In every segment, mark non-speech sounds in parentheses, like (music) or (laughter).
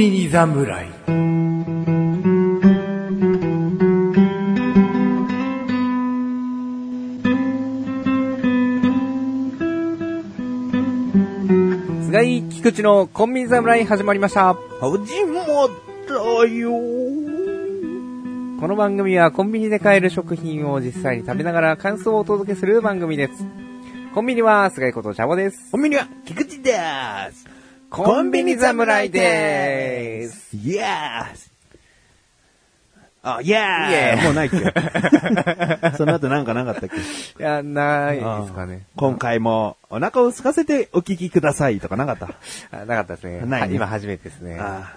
侍菅井菊池のコンビニ侍始まりました。始まったよこの番組はコンビニで買える食品を実際に食べながら感想をお届けする番組です。コンビニは菅井ことジャボです。コンビニは菊池でーすコンビニ侍でーすイエースあ、イエーイエースも (laughs) うないっけその後なんかなかったっけいや、ないですかね。今回もお腹を空かせてお聞きくださいとかなかった、あなかったですね。ないねは今初めてですね。あ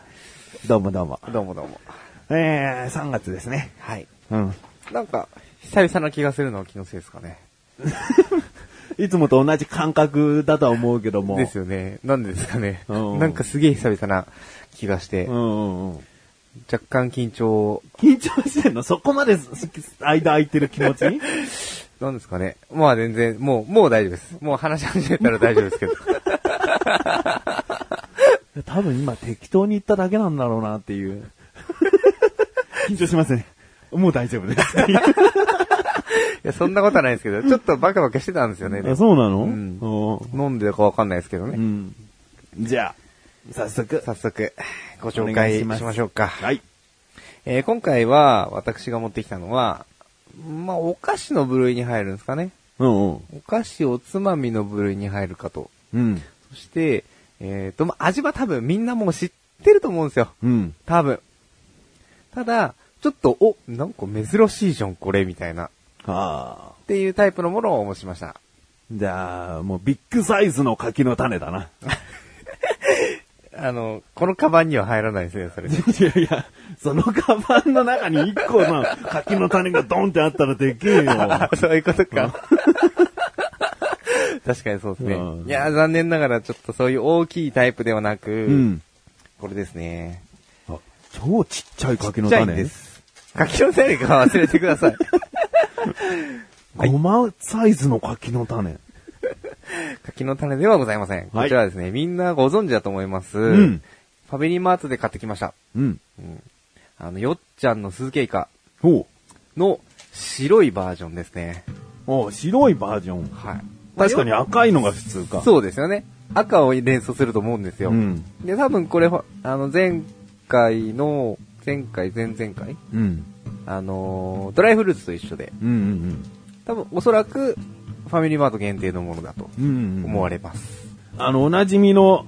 ーどうもどうも。どうもどうも。えー、3月ですね。はい。うん。なんか、久々な気がするのは気のせいですかね。いつもと同じ感覚だとは思うけども。ですよね。なんでですかね。うんなんかすげえ久々な気がして、うんうんうん。若干緊張、緊張してんのそこまで好き間空いてる気 (laughs) 持ちなんですかね。まあ全然、もう、もう大丈夫です。もう話し始めたら大丈夫ですけ (laughs) ど。多分今適当に言っただけなんだろうなっ (laughs) ていう。緊張しますね。もう大丈夫 (laughs) です。いや、そんなことはないですけど、ちょっとバカバカしてたんですよね。あそうなのうんお飲んでるかわかんないですけどうね。ん。じゃあ、早速。早速、ご紹介紹介ししままししょうか。はい。えー今回は、私が持ってきたのは、まあ、お菓子の部類に入るんですかね。うんうん。お菓子、おつまみの部類に入るかと。うん。そして、えっ、と、まあ、味は多分みんなもう知ってると思うんですよ。うん。多分。ただ、ちょっと、お、なんか珍しいじゃん、これ、みたいな。っああ。ていうタイプのものをお持ちしました。じゃあ、もうビッグサイズの柿の種だ (laughs) な。あの、このカバンには入らないですね、それ。 (laughs) いやいや、そのカバンの中に1個の柿の種がドンってあったらでけえよ。あそういうことか。 (laughs) 確かにそうですね。うんいや、残念ながらちょっとそういう大きいタイプではなく、うん。これですね。あ超ちっちゃい柿ちのっちゃ種いんです。柿の種か忘れてください。ごまサイズの柿の種。柿の種ではございません。こはいちらはですね、みんなご存知だと思います。うんファミリーマートで買ってきました。うん。あの、よっちゃんの鈴ケイカおうの白いバージョンですね。おう白いバージョン。はい。確かに赤いのが普通か。そうですよね。赤を連想すると思うんですよ。うんで、多分これ、ほあの、前回の、前回、前々回、うん。あのードライフルーツと一緒で、うんうん多分おそらく、ファミリーマート限定のものだとうん。うん、うん。思われます。あの、おなじみの、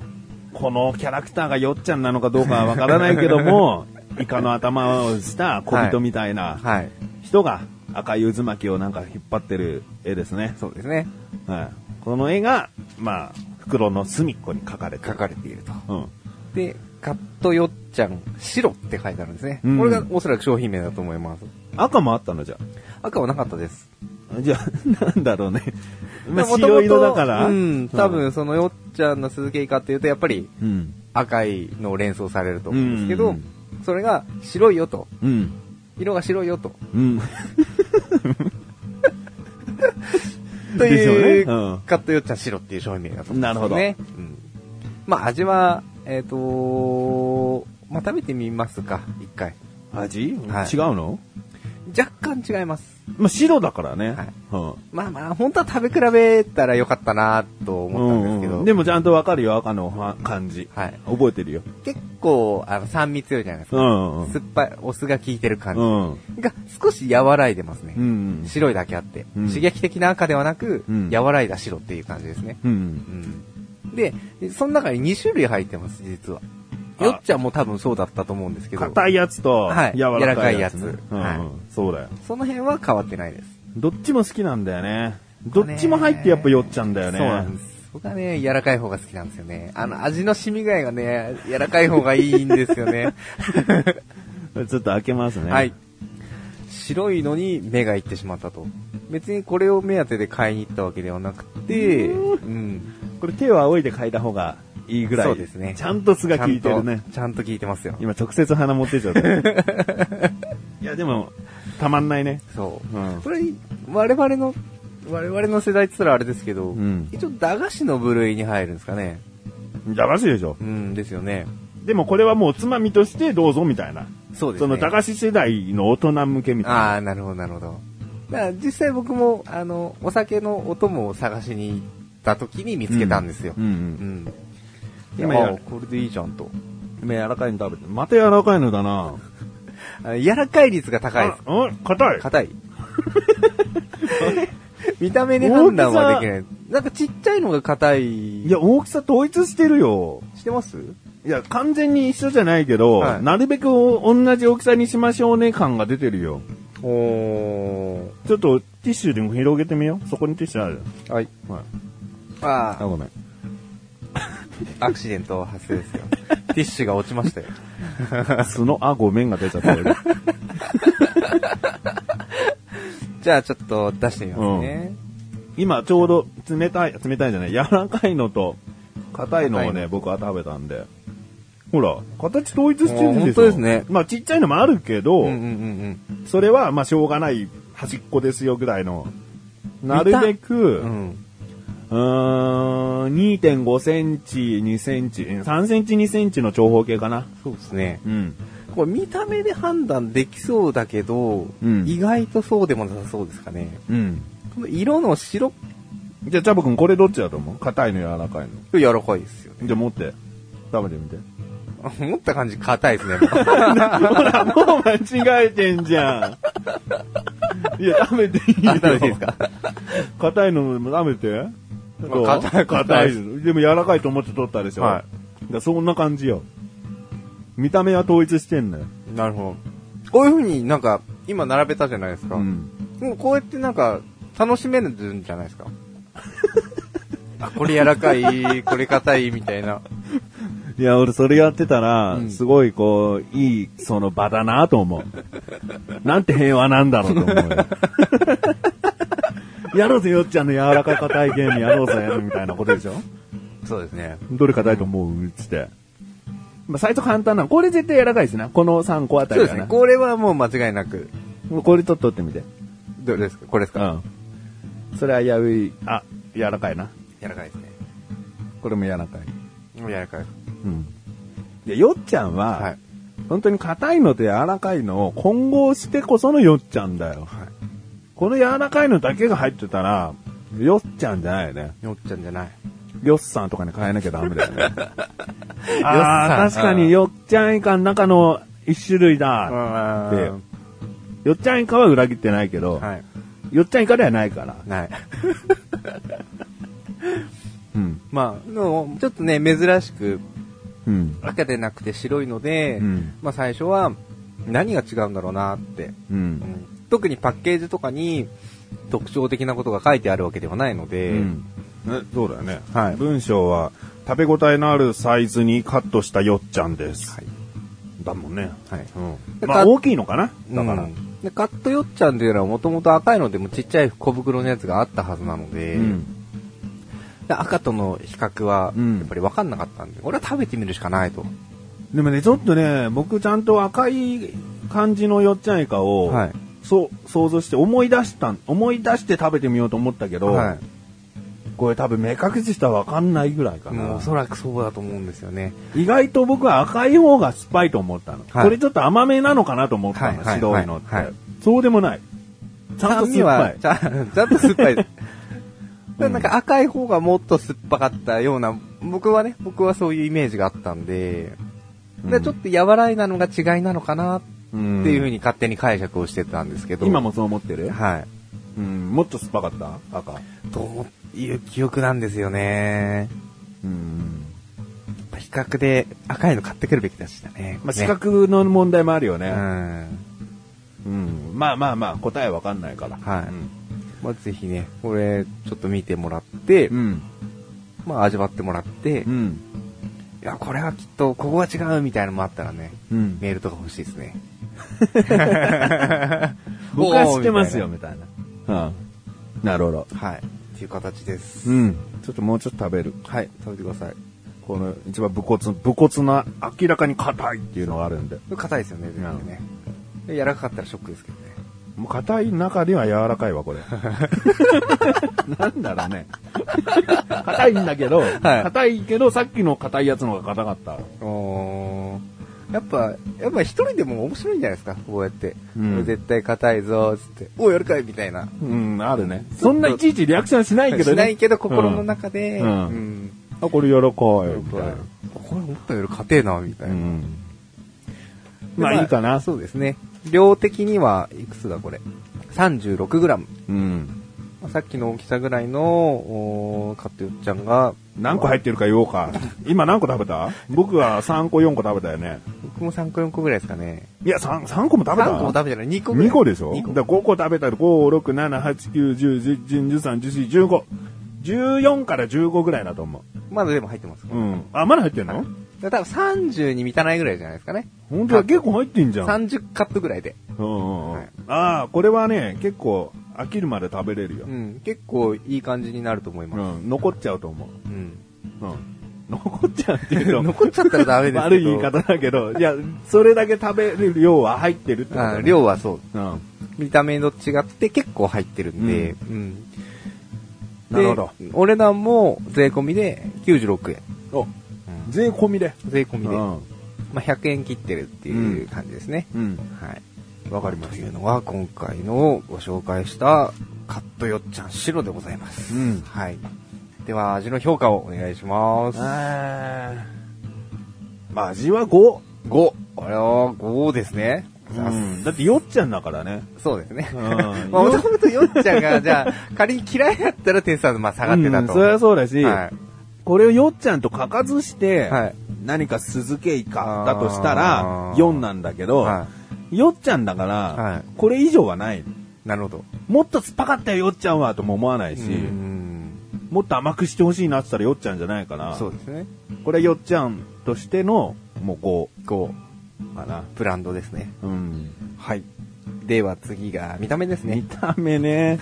このキャラクターがよっちゃんなのかどうかはわからないけど (laughs) も、イカの頭をした小人みたいなはい。人が赤い渦巻きをなんか引っ張ってる絵ですね。そうですね。はい。この絵が、まあ、袋の隅っこに描かれて書る。かれていると。うん。で、カットよっちゃん、白って書いてあるんですね。うんこれがおそらく商品名だと思います。赤もあったのじゃあ。赤はなかったです。じゃあ、 (laughs) なんだろうね。まあ、元々白色だから。うん、多分そのよっちゃんの鈴ケイカっていうと、やっぱり、うん。赤いのを連想されると思うんですけど、うんそれが白いよと。うん。色が白いよと。 (laughs) うん。とでしょうねいう、うんカットよっちゃん白っていう商品名だと思うんですよね。なるほどうん、まあ味は、えっ、とまあ食べてみますか、一回。味、はい違うの若干違います。まあ、白だからね。はいうんまあまあ、本当は食べ比べたらよかったなと思ったんですけど、ううでもちゃんとわかるよ、赤のは感じ。はい覚えてるよ。結構、あの、酸味強いじゃないですうか。んうんうん。酸っぱい、お酢が効いてる感じ。うん。うんが少し和らいでますね。うん。白いだけあって、うん刺激的な赤ではなく、うん和らいだ白っていう感じですね。うんう。うんん。で、その中に2種類入ってます、実は。あよっちゃんも多分そうだったと思うんですけど、硬いやつとはい、柔らかいやつ柔ね。らかいやつうんうんはいそうだよ。その辺は変わってないです。どっちも好きなんだよね。どっちも入ってやっぱ酔っちゃうんだよね。そうなんです。僕はね、柔らかい方が好きなんですよね。あの、味の染み具合がね、柔らかい方がいいんですよ (laughs) ね。ちょっと開けますね。はい。。白いのに目がいってしまったと。別にこれを目当てで買いに行ったわけではなくて、うん。これ手を仰いで嗅いだ方がいいぐらい。そうですねちゃんと酢が効いてるちゃんねと。ちゃんと効いてますよ。今直接鼻持ってっちゃった。 (laughs) いや、でも、たまんないね。そう。うんこれ、我々の、我々の世代って言ったらあれですけど、うん一応駄菓子の部類に入るんですかね。じゃがしいでしょ。うん、ですよね。でもこれはもうおつまみとしてどうぞみたいな。そうですね。その、高橋世代の大人向けみたいあな。あ、なるほど、なるほど。だから実際僕も、あの、お酒のお供を探しに行った時に見つけたんですよう。んうんう。ん。今今やや、あこれでいいじゃんと。今柔らかいの食べてる。また柔らかいのだな。あ柔らかい率が高いです。あうん硬い。硬 (laughs) い。見た目で判断はできない。なんかちっちゃいのが硬い。いや、大きさ統一してるよ。してますいや、完全に一緒じゃないけど、はいなるべく同じ大きさにしましょうね感が出てるよ。おー。ちょっとティッシュでも広げてみよう。そこにティッシュある。はい。はい。ああ、ごめん。 (laughs) あ、アクシデント発生 (laughs) ですよ。ティッシュが落ちましたよ。素の、あ、ごめんが出ちゃったよ。じゃあちょっと出してみますね。今ちょうど冷たい、冷たいじゃない、柔らかいのと硬いのを硬いね、僕は食べたんで。ほら、形統一してるでしょ。あ本当ですねまあちっちゃいのもあるけど、うんうんうんそれはまあしょうがない端っこですよぐらいの。なるべく、う。うんーん、2.5センチ、2センチ、3センチ、2センチの長方形かな。そうですね。うん。これ見た目で判断できそうだけど、うん意外とそうでもなさそうですかね。うん。この色の白くじゃあ、チャボくんこれどっちだと思う硬いの柔らかいの。柔らかいですよね。じゃあ持って、食べてみて。あ思った感じ硬い (laughs) ですね。もうほら、もう間違えてんじゃん。いや、食べていいよ。あダメですか硬いのも食べて。どう硬い硬い。でも柔らかいと思って取ったでしょ。はだからそんな感じよ。見た目は統一してんのよ。なるほど。こういう風になんか、今並べたじゃないですか。うん。もうこうやってなんか、楽しめるんじゃないですか。 (laughs) あ、これ柔らかい、これ硬い、みたいな。いや、俺それやってたら、うんすごいこう、いい、その場だなと思う。 (laughs) なんて平和なんだろうと思う (laughs) よ。やろうぜ、よっちゃんの柔らかい硬いゲームやろうぜ、みたいなことでしょそうですね。どれ硬いと思うつって。まあ、最初簡単なの。これ絶対柔らかいですな。この3個あたそうでりすかね。な。これはもう間違いなく。これと取ってみて。どれですかこれですうか、ん。それはやうい、あ、柔らかいな。柔らかいですね。これも柔らかい。もう柔らかい。うん。で、よっちゃんは、はい。本当に硬いのと柔らかいのを混合してこそのよっちゃんだよ。はいこの柔らかいのだけが入ってたら、よっちゃんじゃないよね。よっちゃんじゃない。よっさんとかに変えなきゃダ (laughs) メだよね。よあっあ、さ確んかによっちゃん以下の中の一種類だ。ではよっちゃん以下は裏切ってないけど、い。よっちゃん以下ではないから。ない。うん。 (laughs) まあ、のちょっとね、珍しく、うん。赤でなくて白いので、うんまあ最初は、何が違うんだろうなって、う。うんん特にパッケージとかに特徴的なことが書いてあるわけではないので、うんねそうだよね。はい文章は、食べ応えのあるサイズにカットしたよっちゃんです。はいだもんね。はい。うん。だまかあ、ら大きいのかなだから。うんでカットよっちゃんっていうのはもともと赤いのでもちっちゃい小袋のやつがあったはずなので、うんで赤との比較はうんやっぱり分かんなかったんで、俺は食べてみるしかないと。でもね、ちょっとね、僕ちゃんと赤い感じのよっちゃんイカを、はいそう、想像して思い出したん、思い出して食べてみようと思ったけど、はいこれ多分目隠ししたらわかんないぐらいかもうなお。そらくそうだと思うんですよね。意外と僕は赤い方が酸っぱいと思ったの。はいこれちょっと甘めなのかなと思ったの、はいはい白いのって、はいはいそうでもない。ちゃんと酸っぱい。ちゃんちゃんと酸っぱ (laughs) いです。だからなんか赤い方がもっと酸っぱかったような、僕はね、僕はそういうイメージがあったんで、うんでちょっと和らいなのが違いなのかなってうんいうふうに勝手に解釈をしてたんですけど。今もそう思ってる、はい。うん、もっと酸っぱかった赤。という記憶なんですよね。うん。やっぱ比較で赤いの買ってくるべきでしたね。まあ、視ね覚の問題もあるよね。うん。うんまあまあまあ、答えわかんないから。はいうんまあ、ぜひね、これ、ちょっと見てもらって、うん。まあ、味わってもらって、ういん。や、これはきっと、ここが違うみたいなのもあったらね、うん。メールとか欲しいです (laughs) ね。僕は知ってますよ、おー。みたいな。うん。なるほど。みたいなはい。っていう形です。うん。ちょっともうちょっと食べる。はい、食べてください。この一番武骨、武骨な、明らかに硬いっていうのがあるんで。硬いですよね、全然ね。で柔らかかったらショックですけどね。もう硬い中では柔らかいわ、これ。 (laughs) なんだろうね。硬いんだけど、硬いけど、さっきの硬いやつの方が硬かった。おーやっぱ、やっぱ一人でも面白いんじゃないですか、こうやって。うん絶対硬いぞ、つって。おうやるかいみたいな。うん、あるね。そんないちいちリアクションしないけどね。しないけど、心の中で、ううんん。あ、これ柔らかい。みこたいなれ思ったより硬えな、みたいうな。ん。でまあいいかな。そうですね。量的にはいくつだ、これ。36g。うん。さっきの大きさぐらいの、おーカトゥちゃんが、何個入ってるか言おうか。今何個食べた僕は3個4個食べたよね。僕も3個4個ぐらいですかね。いや、3、三個も食べた3個も食べてない。2個ぐらい。 2個でしょ2個だから5個食べたら5、6、7、8、9、10、11、13、14、15。14から15ぐらいだと思まだでも入ってます。う。うん。あ、まだ入ってんのだから多分30に満たないぐらいじゃないですかね。本当だ、結構入ってんじゃん。 30カップぐらいで。うんうんうんはいああ、これはね、結構飽きるまで食べれるよう。ん。結構いい感じになると思います。うん、残っちゃうと思う。うん。うん。残っちゃうっていうの残っちゃったらダメですけど。悪い言い方だけど、いや、それだけ食べる量は入ってるってことだあね。量はそう。うん。見た目と違って結構入ってるんで。うん。でなるほど。。お値段も税込みで96円。お、税込みで。税込みで。うん。まあ、100円切ってるっていう感じですね。うん。はい。わかりまとすい。うのは今回のご紹介したカットよっちゃん白でございます。うんはい。では味の評価をお願いします。あーまあ味は5。 5。あれは5ですね。うん。だってよっちゃんだからね。そうですね。うん (laughs) まあ、もともとよっちゃんが、じゃあ、仮に嫌いだったら点数はまあ下がってたうんと。そりゃそうだし、はい。これをよっちゃんと書かずして、はい何か鈴けイカだとしたらあー4なんだけど、はよっちゃんだから、はいこれ以上はない。い。なるほど。もっと酸っぱかったよ、よっちゃんは、とも思わないうし、ん。もっと甘くしてほしいなって言ったらよっちゃんじゃないかな。そうですね。これはよっちゃんとしての、もう5。 5かな。ブランドですね。うん。はい。では次が見た目です見ね。た (laughs) 目ね。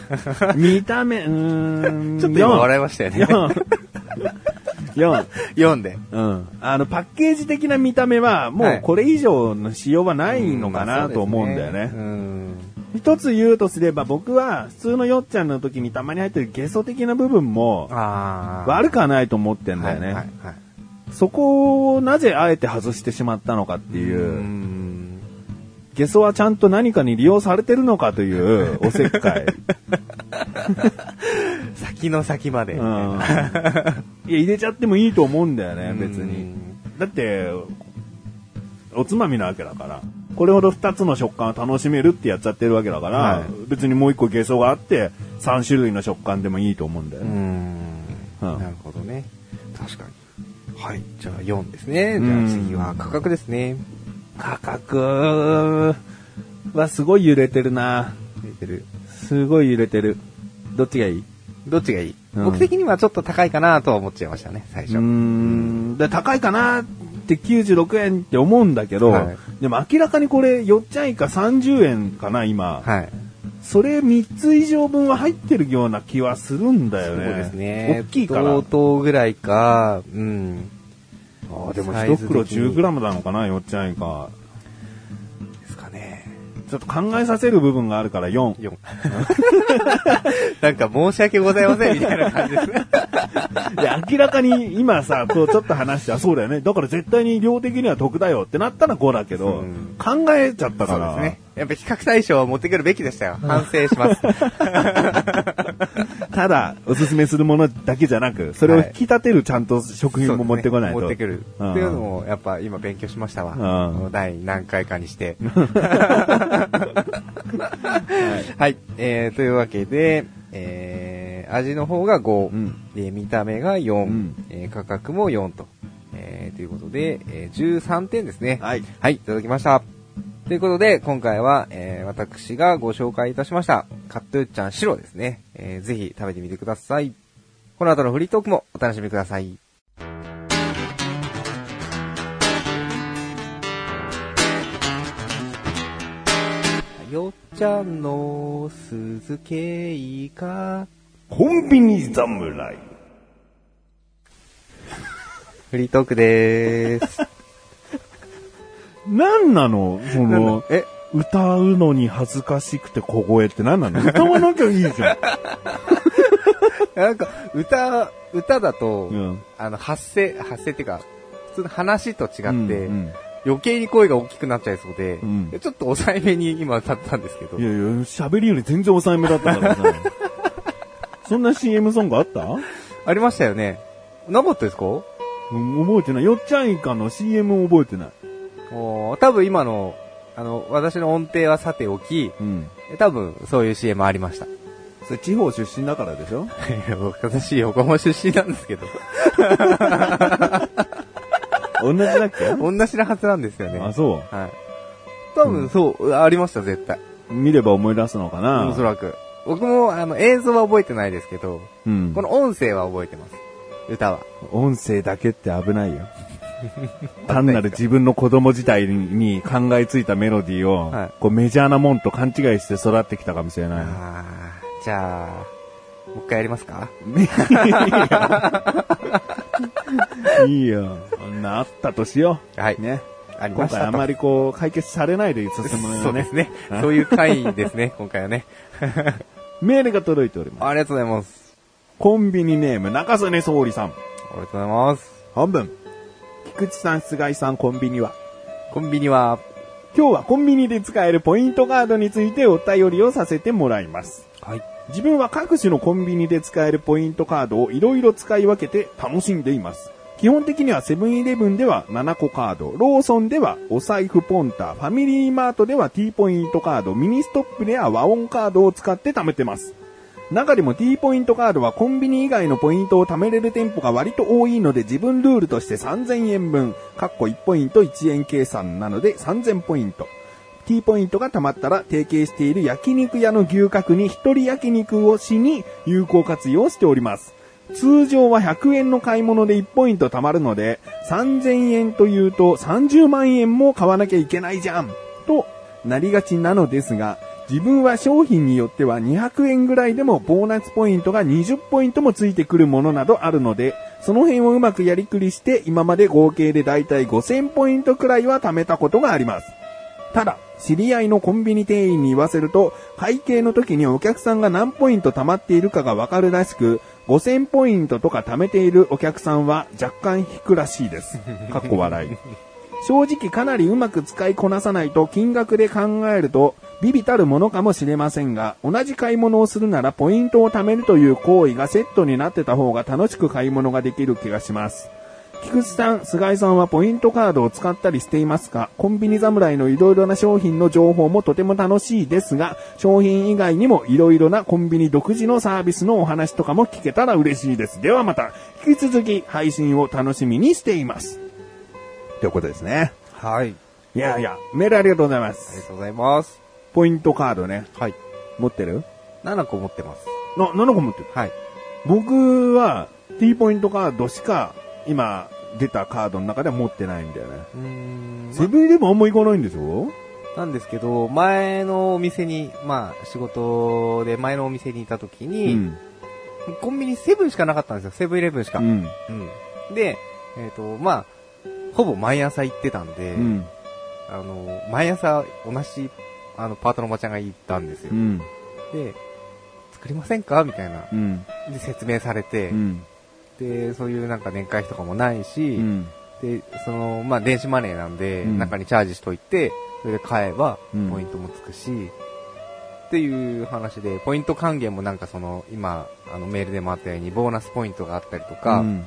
見た目、うーん。ちょっと今笑いいましたよね。 4。4。 4で。うん。あの、パッケージ的な見た目は、もはういこれ以上の仕様はないのかなと思うんだまあよそうですね。うん。一つ言うとすれば、僕は普通のよっちゃんの時にたまに入ってるゲソ的な部分も、ああ。悪くはないと思ってんだよはいはいね。はいそこをなぜあえて外してしまったのかってういう、ん。ゲソはちゃんと何かに利用されてるのかというおせっかい。先の先まで。うん。いや、入れちゃってもいいと思うんだよね、うん別に。だって、おつまみなわけだから。これほど2つの食感を楽しめるってやっちゃってるわけだから、はい別にもう1個ゲソがあって、3種類の食感でもいいと思うんだようね。ん。うんなるほどね。確かに。はい。じゃあ4ですね。じゃあ次は価格ですね。価格はすごい揺れてるな。入れてる。すごい揺れてる。どっちがいいどっちがいいうん僕的にはちょっと高いかなとは思っちゃいましたね、最うー初。ん。で高いかなって96円って思うんだけど、はいでも明らかにこれ4ちゃん以下30円かな、今。はい。それ3つ以上分は入ってるような気はするんだそようね。ですね。大きいから。同等ぐらいか、うん。ああでもサイ1ズ袋的に 10g なのかな、よっちゃんいか。ですかね。ちょっと考えさせる部分があるから4。 (laughs) 4。なんか申し訳ございませんみたいな感じですね。いや、明らかに今さ、こうちょっと話して、あそうだよね。だから絶対に量的には得だよってなったら5だけど、うん考えちゃったそかうですら。ね。やっぱ比較対象を持ってくるべきでしたよ。反省し (laughs) ます。ただ、おすすめするものだけじゃなく、それを引き立てるちゃんと食品も持ってこないと。そうですね持ってくる。うんっていうのも、やっぱ今勉強しましたわ。うんこの第何回かに (laughs) して。はい。えーというわけで、えー味の方が5、うんで、見た目が4、うんえー価格も4と。えーということで、えー13点ですね。はい。はい、いただきました。ということで、今回は、えー私がご紹介いたしました、カットゥッチャン白ですね。えーぜひ食べてみてください。この後のフリートークもお楽しみください。よっちゃんの鈴けいか。コンビニ侍。フリートークでーす。なんなのその、え、歌うのに恥ずかしくて小声って何なの歌わなきゃいいじゃん。なんか、歌、歌だと、うんあの、発声、発声っていうか、普通の話と違って、うん余計に声が大きくなっちゃいそうで、うんちょっと抑えめに今歌ったんですけどい、やいや、喋りより全然抑えめだったから (laughs) さ。そんな CM ソングあったありましたよね。なかったですかおうん覚えてない。よっちゃんいかの CM 覚えてない。ー多分今の、あの、私の音程はさておき、うん。多分そういう CM ありました。 (laughs) それ地方出身だからでし (laughs) ょいや僕私、横浜出身なんですけど、同じだっけ (laughs) 同じなはずなんですよね。あ、はい。そ多分そう、ありました、絶対。う。見れば思い出すのかなおそらく。僕も、あの、映像は覚えてないですけど、うんこ。の音声は覚えてます。歌は。音声だけって危ない (laughs) よ。単なる自分の子供自体に考えついたメロディーを、はいこうメジャーなもんと勘違いして育ってきたかもしれない。あーじゃあ、もう一回やりますか (laughs) いいよ。こんなあったとしよ。。はいうね。ありま今した回と。あまりこう、解決されないで進むのそようでねす。ね。そういう回ですね、 (laughs) 今回はね。メールが届いております。ありがとうございます。コンビニネーム、中曽根総理さん。ありがとうございます。半分。菊池さん、菅井さん、コンビニはコンビニは、今日はコンビニで使えるポイントカードについてお便りをさせてもらいます。はい。自分は各種のコンビニで使えるポイントカードをいろいろ使い分けて楽しんでいます。基本的にはセブンイレブンでは7個カード、ローソンではお財布ポンタ、ファミリーマートでは T ポイントカード、ミニストップでは和音カードを使って貯めてます。中でも T ポイントカードはコンビニ以外のポイントを貯めれる店舗が割と多いので自分ルールとして3000円分、かっこ1ポイント1円計算なので3000ポイント。T ポイントが貯まったら提携している焼肉屋の牛角に一人焼肉をしに有効活用しております。通常は100円の買い物で1ポイント貯まるので、3000円というと30万円も買わなきゃいけないじゃんとなりがちなのですが、自分は商品によっては200円ぐらいでもボーナスポイントが20ポイントもついてくるものなどあるので、その辺をうまくやりくりして今まで合計でだいたい5000ポイントくらいは貯めたことがあります。ただ、知り合いのコンビニ店員に言わせると、会計の時にお客さんが何ポイント貯まっているかがわかるらしく、5000ポイントとか貯めているお客さんは若干引くらしいです。かっこ笑い。正直かなりうまく使いこなさないと金額で考えるとビビたるものかもしれませんが、同じ買い物をするならポイントを貯めるという行為がセットになってた方が楽しく買い物ができる気がします。菊池さん、菅井さんはポイントカードを使ったりしていますかコンビニ侍のいろいろな商品の情報もとても楽しいですが、商品以外にもいろいろなコンビニ独自のサービスのお話とかも聞けたら嬉しいです。ではまた、引き続き配信を楽しみにしています。ということですね。はい。ありいやいや、メールありがとうございまがす。とうございます。ポイントカードね。はい。持ってる7個持ってます。な、7個持ってる。はい。僕は T ポイントカードしか今出たカードの中では持ってないんだよね。うーんセブンイレブンあんま行かないんでしょなんですけど、前のお店に、まあ、仕事で前のお店にいた時うに、。コンビニセブンしかなかったんですよ。セブンイレブンしか。ううん。ん。で、えっ、と、まあ、ほぼ毎朝行ってたんで、うん。あの、毎朝同じ、あの、パートのおばちゃんが行ったんですよう。ん。で、作りませんかみたいな。うん。で、説明されて、うん。で、そういうなんか年会費とかもないし、うん。で、その、まあ、電子マネーなんで、うん中にチャージしといて、それで買えばうん、ポイントもつくし、っていう話で、ポイント還元もなんかその、今、あの、メールでもあったように、ボーナスポイントがあったりとか、うん。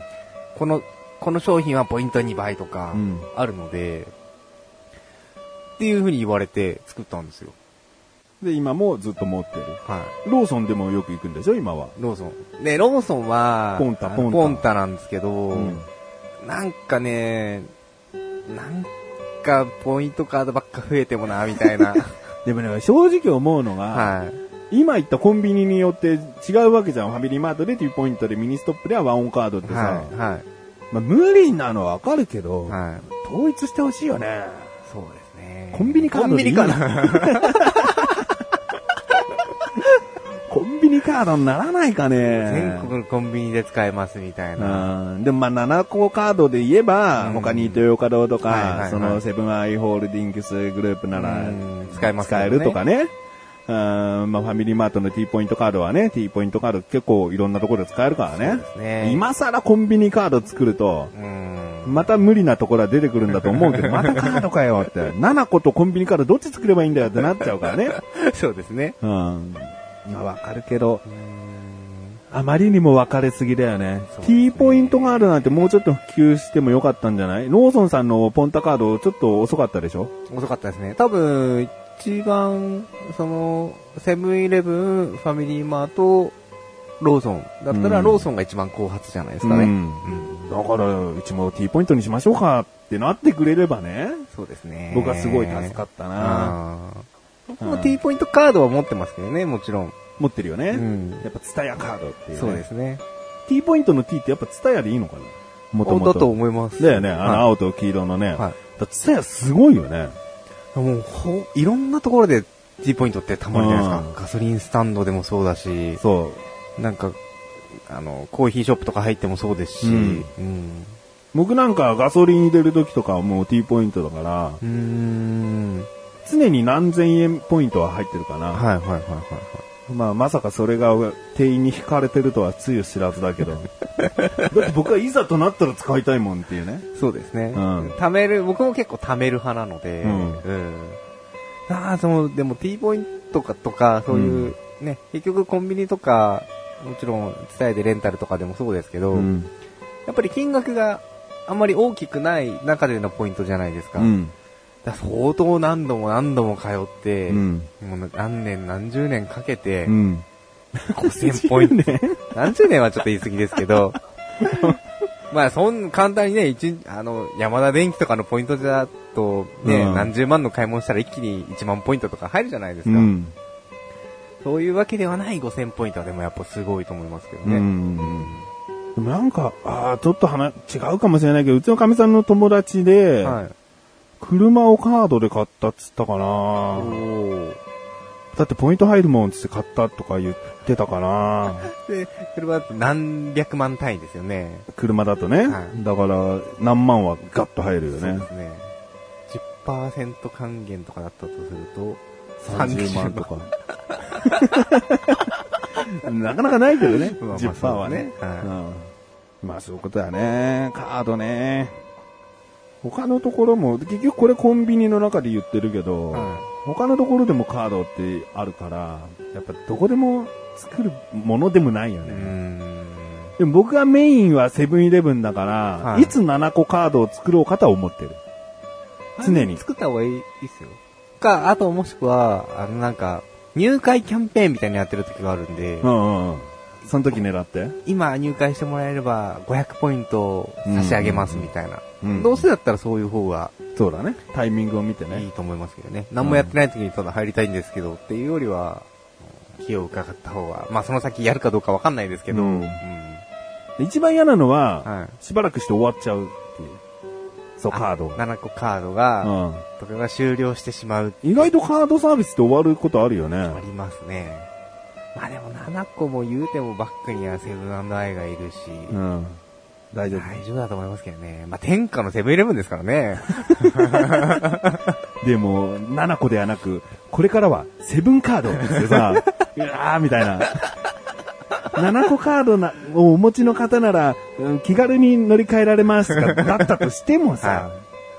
この、この商品はポイント2倍とかう、んあるので、っていう風に言われて作ったんですよ。で、今もずっと持ってる。はローソンでもよく行くんでしょ今は。い。ローソン。ね、ローソンは、ポンタあのポンタポンタなんですけど、うん。なんかね、なんかポイントカードばっか増えてもな、みたい (laughs) な。でもね、正直思うのが、はい。今言ったコンビニによって違うわけじゃん。ファミリーマートで T ポイントでミニストップではワンオンカードってさは。い。はまあ、無理なのはわかるけど、い。はい。統一してほしいよね。そうですね。コンビニカード (laughs) コンでいビいニカード。コンビニカカードにならないかね。全国のコンビニで使えますみたいな。うんでもまあ7個カードで言えば、うん他に豊岡堂とか、はいはいはいそのセブンアイ・ホールディングスグループなら、うん使えますけど使ねえるとかね。うんまあ、ファミリーマートの T ポイントカードはね、T ポイントカード結構いろんなところで使えるからね。ですね今更コンビニカード作ると、うん。また無理なところは出てくるんだと思 (laughs) うけど、またカードかよって。7個とコンビニカードどっち作ればいいんだよってなっちゃうからね。そうですね。うん。まあわかるけど、あまりにも分かれすぎだよね。T ポイントがあるなんてもうちょっと普及してもよかったんじゃないローソンさんのポンタカードちょっと遅かったでしょ遅かったですね。多分、一番、その、セブンイレブン、ファミリーマート、ローソン。だったら、うんローソンが一番後発じゃないですかね。うんうんだから、うちも T ポイントにしましょうかってなってくれればね、そうですね。僕はすごい助かったな。あー僕うもん T ポイントカードは持ってますけどね、もちろん。持ってるよね。うんやっぱツタヤカードっていう、ね。そうですね。 T ポイントの T ってやっぱツタヤでいいのかなもともだとと。思います。だよね、あのは青と黄色のね。い。はツタヤすごいよね。い、もうほ、いろんなところで T ポイントってたまるじゃないですうんか。ガソリンスタンドでもそうだし、そう。なんか、あの、コーヒーショップとか入ってもそうですし、うんうん。僕なんかガソリン入れる時とかはもう T ポイントだから、うーん。常に何千円ポイントは入ってるかはな。いはいはいはいはい。まあまさかそれが店員に引かれてるとはつゆ知らず (laughs) だけど。だって僕はいざとなったら使いたいもんっていうね。そうですね。うん貯める、僕も結構貯める派なので、うんああ、その、でも T ポイントとか、とか、そういう、ね、結局コンビニとか、もちろん、伝えでレンタルとかでもそうですけど、うん。やっぱり金額があんまり大きくない中でのポイントじゃないですか。うん。だから相当何度も何度も通って、うん。もう何年何十年かけて、うん。 5000ポイント。何十年はちょっと言い過ぎですけ (laughs) ど、まあそん、簡単にね、一日、あの、山田電機とかのポイントだと、ね、うん何十万の買い物したら一気に1万ポイントとか入るじゃないですうか。ん。そういうわけではない5000ポイントはでもやっぱすごいと思いますけどうね。ん。でもなんか、ああ、ちょっと話、違うかもしれないけど、うちのかみさんの友達で、はい。車をカードで買ったっつったかおな。ーだってポイント入るもんっつって買ったとか言ってたかな。で、車だと何百万単位ですよね。車だとね。はいだから、何万はガッと入るよそうねで。すね。10%還元とかだったとすると、 30万とか。 (laughs) なかなかないけどね。 (laughs) まあまあ10%はね。そうだねうんまあそういうことだね。カードね。他のところも、結局これコンビニの中で言ってるけど、はい他のところでもカードってあるから、やっぱどこでも作るものでもないようね。ーん。でも僕がメインはセブンイレブンだから、はいい、つ7個カードを作ろうかとは思ってる。常に。作った方がいいですよ。か、あともしくは、あのなんか、入会キャンペーンみたいなのやってる時があるんで、うんうんうん。その時狙って。今入会してもらえれば500ポイント差し上げますみたいな。うんどうせだったらそういう方がそうだね。タイミングを見てね。いいと思いますけどね。何もやってない時にただ入りたいんですけどっていうよりは、気を伺った方が、まあその先やるかどうかわかんないですけど、うんうん一番嫌なのは、はいしばらくして終わっちゃうっていう。そう、カードが。 7個カードが、うとかが終了してしまう。ん。意外とカードサービスって終わることあるよね。ありますね。まあでも7個も言うてもバックにはセブンアイがいるし、うん。大丈夫。大丈夫だと思いますけどね。まあ天下のセブンイレブンですからね。でも、7個ではなく、これからはセブンカードっ (laughs) てさ、うわーみたいな。7個カードなをお持ちの方なら、うん気軽に乗り換えられますかだったとしてもさ、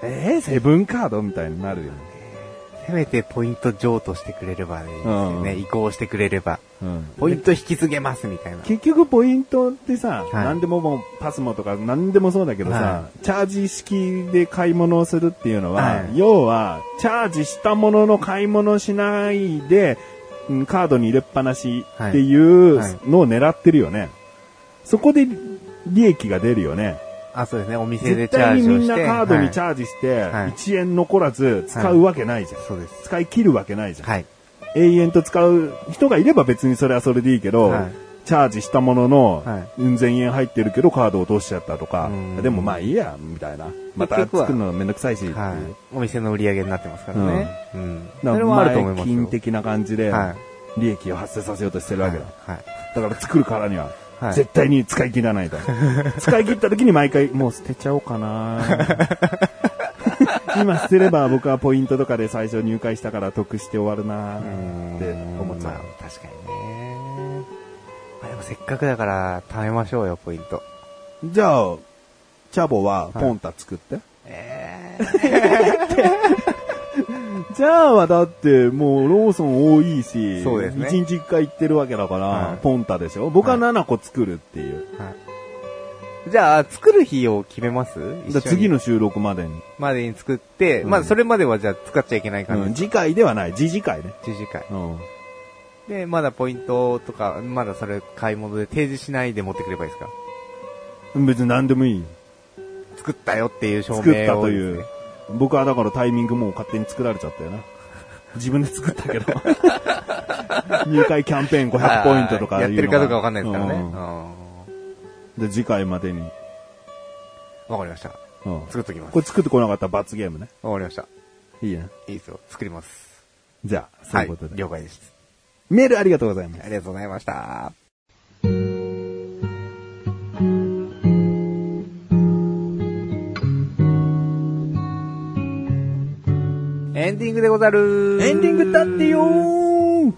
えー、セブンカードみたいになるよね。せめてポイント譲渡してくれればでいいですよね。うん移行してくれれば。うんポイント引き継げますみたいな。結局ポイントってさ、い何でももうパスモとか何でもそうだけどさ、はチャージ式で買い物をするっていうのは、はい要は、チャージしたものの買い物をしないで、うんカードに入れっぱなしっていうはいはいのを狙ってるよね。そこで利益が出るよね。あ、そうですね。お店で絶チャ対ーにジをみして。んなカードにチはャージして、はい1円残らず使うわけないじゃん。いそうです。使い切るわけないじゃん。はい。永遠と使う人がいれば別にそれはそれでいいけど、はいチャージしたものの、はうん千円入ってるけどカード落としちゃったとかうん、でもまあいいや、みたいな。また結局は作るのめんどくさいし、はい。お店の売り上げになってますからね。うん。なんそれかはあると思い前ますよ。金的な感じで、はい。利益を発生させようとしてるわけだ。はい。だから作るからにはは、い絶対に使い切らない (laughs) と。使い切った時に毎回、もう捨てちゃおう (laughs) かな今捨てれば僕はポイントとかで最初入会したから得して終わるなって思っちまゃあう。、確かにね。まあでもせっかくだから、貯めましょうよ、ポイント。じゃあ、チャボはポンタ作って。えじゃあはだって、もうローソン多いし、そうですね1日1回行ってるわけだから、はいポンタでしょ僕は7個作るっていう。えはい。じゃあ、作る日を決めますじゃあ次の。の収録までに。までに作って、まあそれまではじゃあ使っちゃいけないうん感じ。次回ではない、次次回ね。次次回。うん。で、まだポイントとか、まだそれ買い物で提示しないで持ってくればいいですか別に何でもいい。作ったよっていう証明を、作ったという。。僕はだからタイミングもう勝手に作られちゃったよな。自分で作っ (laughs) たけど。入会キャンペーン500ポイントとかやっいうのがてるかどうかわかんないですからね。ううんんで、次回までに。わかりました。うん作っときますこ。れ作ってこなかったら罰ゲームね。わかりました。いいね。いいですよ。作ります。じゃあ、そうはいういこと。で。了解です。メールありがとうございますあ。りがとうございました。エンディングでござるエンディングだってよー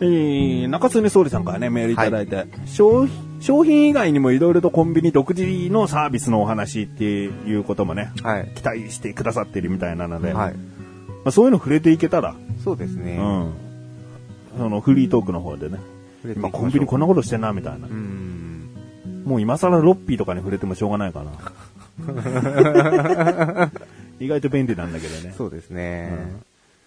えー、中曽根総理さんからね、メールいただいて、商品、商品以外にもいろいろとコンビニ独自のサービスのお話っていうこともね、はい。期待してくださってるみたいなので、はい。まあ、そういうの触れていけたら、そうですね。うん。そのフリートークの方でね、触れていきましょ今うコンビニこんなことしてんな、みたいなう。ん。もう今更ロッピーとかに触れてもしょうがな (laughs) いかな。意外と便利なんだけどね。そうですね。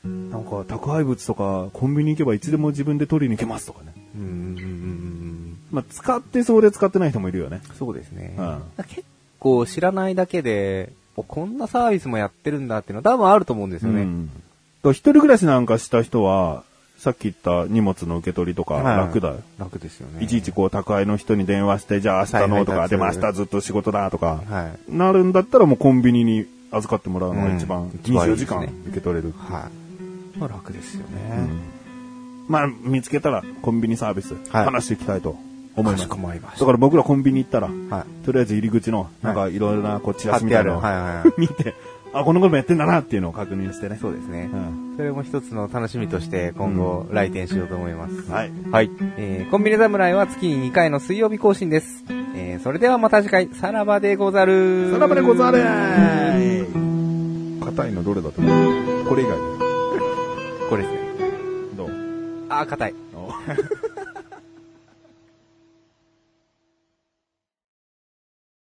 なんか宅配物とかコンビニ行けばいつでも自分で取りに行けますとかね。うん。うんまあ、使ってそうで使ってない人もいるよね。そうですね。うん結構知らないだけで、おこんなサービスもやってるんだっていうのは多分あると思うんですよね。ん。だから一人暮らしなんかした人は、さっき言った荷物の受け取りとかはい楽だよ。楽ですよね。いちいちこう宅配の人に電話して、じゃあ明日のとはか、いでも明日ずっと仕事だとか、はい。なるんだったらもうコンビニに預かってもらうのが一番、うん一番い24いで時すね間受け取れる。はい。まあ楽ですようねん。まあ、見つけたらコンビニサービス、はい話していきたいと思いかましす。こまりましだから僕らコンビニ行ったら、た。はい。とりあえず入り口の、なんかいろいろなこうチ貼ラっシみてたあいる。なはのいをはいは見て、あ、このこともやってんだなっていうのを確認してねい。。そうですねう。んそれも一つの楽しみとして今後来店しようと思います。はい。はい。えー、コンビニ侍は月に2回の水曜日更新です。えー、それではまた次回、さらばでござる。さらばでござれ硬いのどれだと思うこれ以外これですね。で。どうあー、硬い。あ